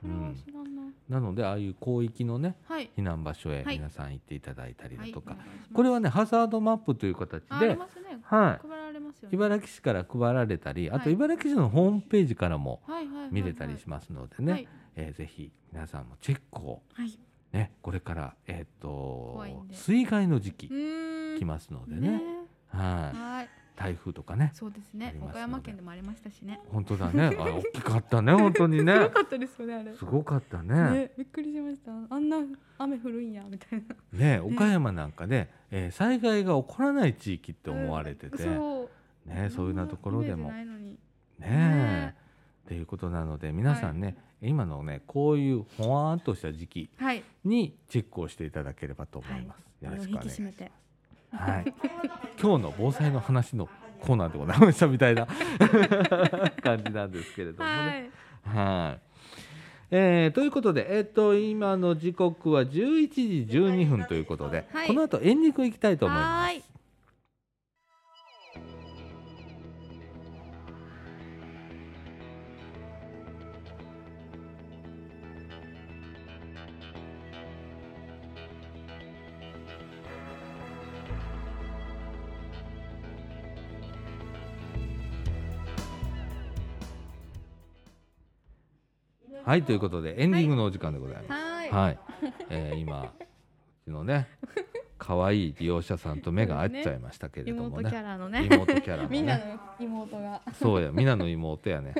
Speaker 2: それは知らない。
Speaker 1: なのでああいう広域のね
Speaker 2: はい。
Speaker 1: 避難場所へ
Speaker 2: はい
Speaker 1: 皆さん行っていただいたりだ
Speaker 2: はい
Speaker 1: とか、
Speaker 2: お願いします
Speaker 1: これはねハザードマップという形
Speaker 2: ああり
Speaker 1: で
Speaker 2: ますね。
Speaker 1: はい
Speaker 2: 配られますよね。
Speaker 1: 茨城市から配られたりあ
Speaker 2: は
Speaker 1: と
Speaker 2: い
Speaker 1: 茨城市のホームページからも
Speaker 2: はいはいはいはい。
Speaker 1: 見れたりしますのでね、
Speaker 2: はい。
Speaker 1: えーぜひ皆さんもチェックを、
Speaker 2: はい。
Speaker 1: ね、これから、えー、と
Speaker 2: 怖いんで
Speaker 1: 水害の時期
Speaker 2: うーん。
Speaker 1: 来ますのでねはい
Speaker 2: はい。
Speaker 1: 台風とかね
Speaker 2: そうです
Speaker 1: あ
Speaker 2: ね
Speaker 1: り。ますので
Speaker 2: 岡山県でもありましたしね。
Speaker 1: 本当だ ねあれ大きかったね本当に
Speaker 2: すご
Speaker 1: ね
Speaker 2: かったですよね、あれ。
Speaker 1: すごかったね
Speaker 2: ね、びっくりしました。あんな雨降るんやみたいな。
Speaker 1: ね岡山なんかね、えー災害が起こらない地域って思われてて、
Speaker 2: そう。
Speaker 1: ね、そういうようなところでも
Speaker 2: イメージないのに
Speaker 1: ね
Speaker 2: ね
Speaker 1: え。っていうことなので皆さんね、今のねこういうほわーんとした時期
Speaker 2: はい。
Speaker 1: にチェックをしていただければと思います。よろしくお願いします。はい、今日の防災の話のコーナーでございましたみたい な感じなんですけれども
Speaker 2: は
Speaker 1: ね。
Speaker 2: い。
Speaker 1: はいえーということで、えっと今の時刻は11時12分ということで、
Speaker 2: はい
Speaker 1: この後エンディングいきたいと思います。
Speaker 2: はーい。
Speaker 1: はいということでエンディングのお時間でございます。
Speaker 2: はい。
Speaker 1: はい、えー今うちのね可愛い利用者さんと目が合っちゃいましたけれども
Speaker 2: 妹キャ
Speaker 1: ね。
Speaker 2: ラのね。
Speaker 1: 妹キャラの
Speaker 2: みんな
Speaker 1: ね。
Speaker 2: の妹が
Speaker 1: そうや、みなの妹やね。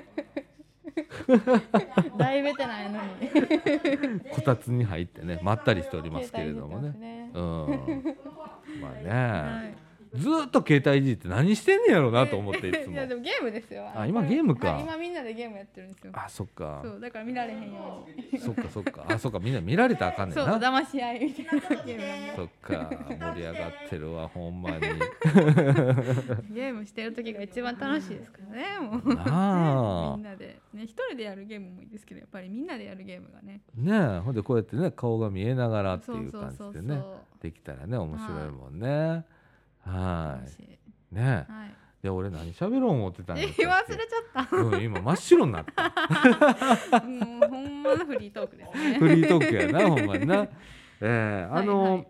Speaker 2: 大ベテランやのに。
Speaker 1: こたつに入ってね、まったりしておりますけれどもね。
Speaker 2: ね
Speaker 1: うん。まあ
Speaker 2: は
Speaker 1: ね、
Speaker 2: い。
Speaker 1: ずーっと携帯いじって何してんねやろうなと思っていつ
Speaker 2: い
Speaker 1: も
Speaker 2: や。でもゲームですよ。
Speaker 1: あ今ゲームか
Speaker 2: はい今みんなでゲームやってるんですよ。
Speaker 1: あ、そっか
Speaker 2: そ。うだから見られへんように。
Speaker 1: そっかそっか。あ、そっか。みんな見られたらあかんねん
Speaker 2: そう
Speaker 1: な。
Speaker 2: 騙し合いみたいなゲームなんで
Speaker 1: そっ か。盛り上がってるわ、ほんまに。
Speaker 2: ゲームしてる時が一番楽しいで すからねもう。
Speaker 1: なあ
Speaker 2: みん。なでね一人でやるゲームもいいですけどやっぱりみんなでやるゲームがね。
Speaker 1: ねえ、ほんでこうやってね、顔が見えながら って
Speaker 2: そ
Speaker 1: いう
Speaker 2: うそ
Speaker 1: 感
Speaker 2: う
Speaker 1: じ
Speaker 2: そうそ
Speaker 1: で
Speaker 2: う。
Speaker 1: ね。できたらね面白いもんね。は
Speaker 2: 楽し
Speaker 1: い。
Speaker 2: い。
Speaker 1: ねえ。
Speaker 2: はい。
Speaker 1: で俺何喋ろう思ってたん
Speaker 2: え
Speaker 1: や
Speaker 2: 忘れちゃっ
Speaker 1: うん、今真っ白になった。
Speaker 2: た。もうほんまのフリートークです ね。
Speaker 1: フリートークやな、ほんまにな。えーあの、
Speaker 2: はいはい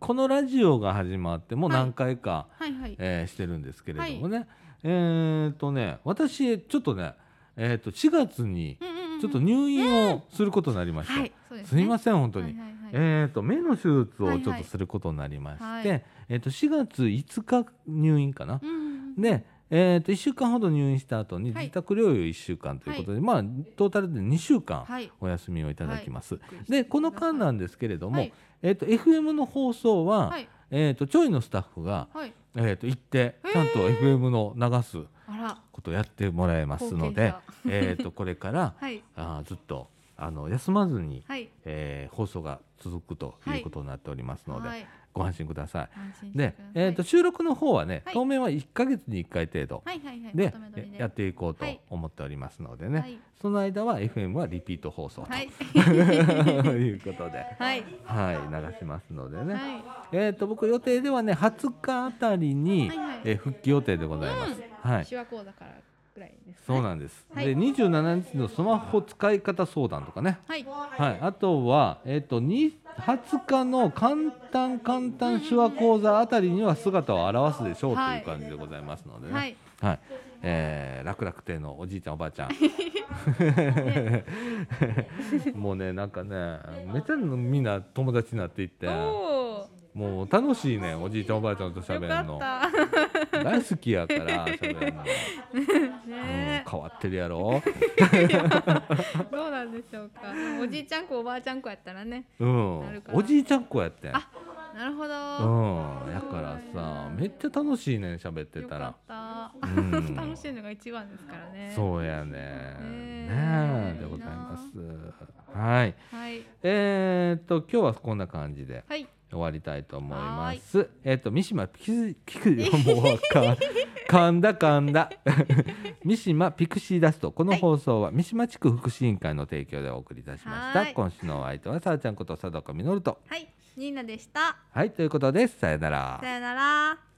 Speaker 1: このラジオが始まってもう何回か、
Speaker 2: はいはい。
Speaker 1: えーしてるんですけれどもね。えーっとね、私ちょっとね、えーっと4月に
Speaker 2: うんうんうん
Speaker 1: ちょっと入院をすることになりました。
Speaker 2: はい。そうです
Speaker 1: すいま
Speaker 2: せん
Speaker 1: せん本当に。
Speaker 2: はいはいはい。
Speaker 1: えー、と目の手術
Speaker 2: は
Speaker 1: を
Speaker 2: い
Speaker 1: ちょっ
Speaker 2: は
Speaker 1: と
Speaker 2: い
Speaker 1: することになりまして、
Speaker 2: はい
Speaker 1: えー、と4月5日入院かな、
Speaker 2: うんうんうん。
Speaker 1: で、えー、と1週間ほど入院した後に
Speaker 2: はい
Speaker 1: 自宅療養1週間ということで、まあトータルで2週間
Speaker 2: はい。
Speaker 1: お休みをいただきます。
Speaker 2: びっくりして
Speaker 1: でこの間なんですけれども、
Speaker 2: はい
Speaker 1: えー、と FM の放送は、
Speaker 2: はい
Speaker 1: えー、とちょいのスタッフが、
Speaker 2: はい。
Speaker 1: えー、と行ってちゃんと FM の流す
Speaker 2: あら。
Speaker 1: ことをやってもらえますので
Speaker 2: 貢、
Speaker 1: えー、とこれから
Speaker 2: はい
Speaker 1: あーずっとあの休まずに
Speaker 2: はい。
Speaker 1: えー放送が続くということになっておりますので、
Speaker 2: はい、
Speaker 1: ご安心くださ
Speaker 2: 安心し
Speaker 1: い。
Speaker 2: て
Speaker 1: で
Speaker 2: くださ、い
Speaker 1: えー、と収録の方はね、
Speaker 2: はい
Speaker 1: 当面は1ヶ月に1回程度
Speaker 2: はいはいはい。
Speaker 1: で,え、
Speaker 2: まとめ撮りで
Speaker 1: やっていこうと
Speaker 2: はい
Speaker 1: 思っておりますのでね、
Speaker 2: はい
Speaker 1: その間は FM はリピート放送と、
Speaker 2: は い
Speaker 1: いうことで、
Speaker 2: はい
Speaker 1: はい、流しますのでね、
Speaker 2: はい
Speaker 1: えー、と僕予定ではね20日あたりに、
Speaker 2: はいはい
Speaker 1: えー復帰予定でございます。はい
Speaker 2: 手話講座からぐらいですね。
Speaker 1: そうなんです、
Speaker 2: はい
Speaker 1: で27日のスマホ使い方相談とかね、
Speaker 2: はいは
Speaker 1: はい、あとは、えっとに20日の簡単簡単手話講座あたりには姿を現すでしょうと
Speaker 2: はいいう
Speaker 1: 感じでございますのでね、
Speaker 2: はい
Speaker 1: はいえー、楽々亭のおじいちゃんおばあち ゃん もうねなんかねめっちゃみんな友達になっていって
Speaker 2: い。お
Speaker 1: もう楽しいねおじいちゃんおばあちゃんと
Speaker 2: お。
Speaker 1: 喋
Speaker 2: よか
Speaker 1: るの
Speaker 2: っ
Speaker 1: 大好きや から喋るの、
Speaker 2: た。
Speaker 1: うん
Speaker 2: ね、
Speaker 1: 変わってるや ろ、
Speaker 2: どうなんでしょうか。おじいちゃん子おばあちゃん子やったらね。
Speaker 1: うん
Speaker 2: なる、かな
Speaker 1: おじいちゃんっ子やってん
Speaker 2: あ、なるほど。
Speaker 1: うん、やからさ、めっちゃ楽しいねん喋って
Speaker 2: よ
Speaker 1: た。
Speaker 2: からった。
Speaker 1: うん
Speaker 2: 楽しいのが一番ですからね。
Speaker 1: そうやね。
Speaker 2: え
Speaker 1: ねえ、でございます。はい。
Speaker 2: はい
Speaker 1: えーっと今日はこんな感じで
Speaker 2: はい
Speaker 1: 終わりたいと思います。えーっと三島ピクピクもうか噛んだ噛ん だ。三島ピクシーダストこの放送は三島地区福祉委員会の提供でお送りいたしまし
Speaker 2: は
Speaker 1: た。
Speaker 2: い
Speaker 1: 今週のお相手はさあちゃんこと佐藤かみのると。
Speaker 2: はい。ニーナでした。
Speaker 1: はいということです。さよなら
Speaker 2: さ。よなら。